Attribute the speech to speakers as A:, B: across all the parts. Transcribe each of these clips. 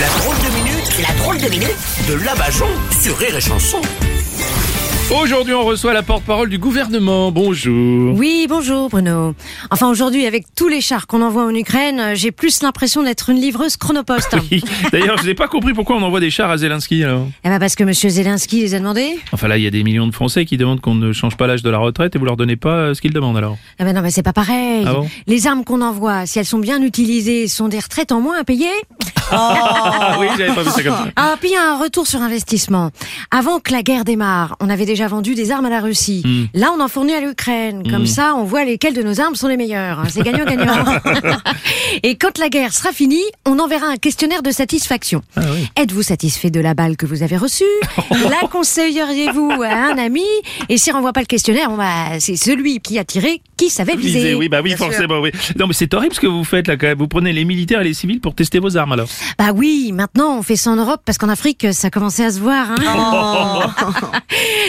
A: La drôle de minute, la drôle de minute de Labajon sur Rire et Chanson.
B: Aujourd'hui, on reçoit la porte-parole du gouvernement. Bonjour.
C: Oui, bonjour Bruno. Enfin aujourd'hui, avec tous les chars qu'on envoie en Ukraine, euh, j'ai plus l'impression d'être une livreuse chronopost.
B: D'ailleurs, je n'ai pas compris pourquoi on envoie des chars à Zelensky alors.
C: Eh ben parce que Monsieur Zelensky les a demandés.
B: Enfin là, il y a des millions de Français qui demandent qu'on ne change pas l'âge de la retraite et vous leur donnez pas euh, ce qu'ils demandent alors.
C: Eh ben non, mais c'est pas pareil.
B: Ah bon
C: les armes qu'on envoie, si elles sont bien utilisées, sont des retraites en moins à payer.
B: Ah oui, j'avais pas vu ça comme ça.
C: Ah, puis il y a un retour sur investissement. Avant que la guerre démarre, on avait déjà vendu des armes à la Russie. Là, on en fournit à l'Ukraine. Comme ça, on voit lesquelles de nos armes sont les meilleures. C'est gagnant-gagnant. Et quand la guerre sera finie, on enverra un questionnaire de satisfaction. Êtes-vous satisfait de la balle que vous avez reçue La conseilleriez-vous à un ami Et si on renvoie pas le questionnaire, on va... c'est celui qui a tiré qui savait viser.
B: Visé, oui, bah oui, forcément, oui. Non, mais c'est horrible ce que vous faites là quand même. Vous prenez les militaires et les civils pour tester vos armes alors.
C: Bah oui, maintenant on fait ça en Europe parce qu'en Afrique ça commençait à se voir. Hein.
B: Oh.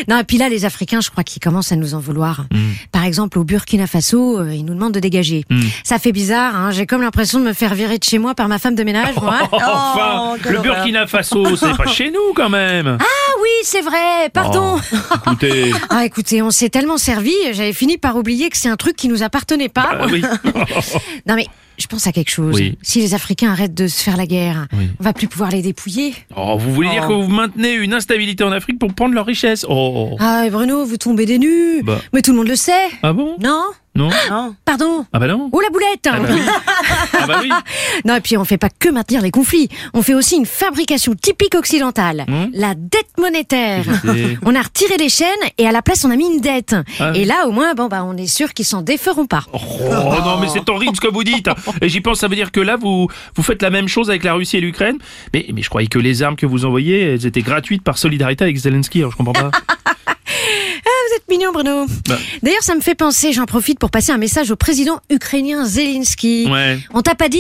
C: non et puis là les Africains, je crois qu'ils commencent à nous en vouloir.
B: Mm.
C: Par exemple au Burkina Faso, euh, ils nous demandent de dégager. Ça fait bizarre. Hein, J'ai comme l'impression de me faire virer de chez moi par ma femme de ménage. moi. Ah
B: enfin, le Burkina Faso, c'est pas chez nous quand même.
C: Ah oui, c'est vrai. Pardon.
B: Oh. Écoutez.
C: Ah écoutez, on s'est tellement servi, j'avais fini par oublier que c'est un truc qui nous appartenait pas.
B: Ah oui.
C: Non mais je pense à quelque chose.
B: Oui.
C: Si les Africains arrêtent de se faire la guerre, on va plus pouvoir les dépouiller.
B: Oh, vous voulez dire que vous maintenez une instabilité en Afrique pour prendre leur richesse Oh.
C: Ah et Bruno, vous tombez des nues.
B: Bah.
C: Mais tout le monde le sait.
B: Ah bon
C: Non
B: Non
C: Pardon
B: Ah bah non
C: Oh la boulette
B: Ah bah oui. Ah bah oui.
C: Non, et puis on fait pas que maintenir les conflits, on fait aussi une fabrication typique occidentale,
B: Mmh.
C: la dette monétaire.
B: sais.
C: on a retiré les chaînes et à la place on a mis une dette.
B: Ah.
C: Et là au moins, bon bah on est sûr qu'ils s'en déferont pas.
B: Oh, non mais c'est horrible ce que vous dites Et j'y pense, ça veut dire que là vous vous faites la même chose avec la Russie et l'Ukraine mais, mais je croyais que les armes que vous envoyez elles étaient gratuites par solidarité avec Zelensky, alors je comprends pas.
C: Vous êtes mignon Bruno.
B: Bah.
C: D'ailleurs ça me fait penser, j'en profite pour passer un message au président ukrainien Zelensky.
B: Ouais.
C: On t'a pas dit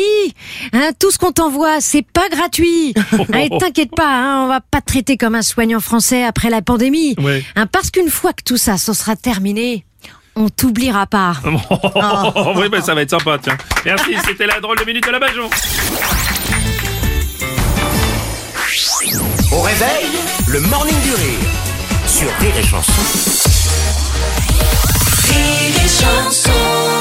C: hein, Tout ce qu'on t'envoie, c'est pas gratuit.
B: Oh.
C: Hein,
B: Ah,
C: et t'inquiète pas, hein, on va pas te traiter comme un soignant français après la pandémie.
B: Ouais.
C: Hein, parce qu'une fois que tout ça, ce sera terminé, on t'oubliera pas.
B: oui bah ça va être sympa tiens. Merci, c'était la drôle de minute de la Bajon.
A: Au réveil, le morning du rire sur Rire et Chanson.
D: Rire et chanson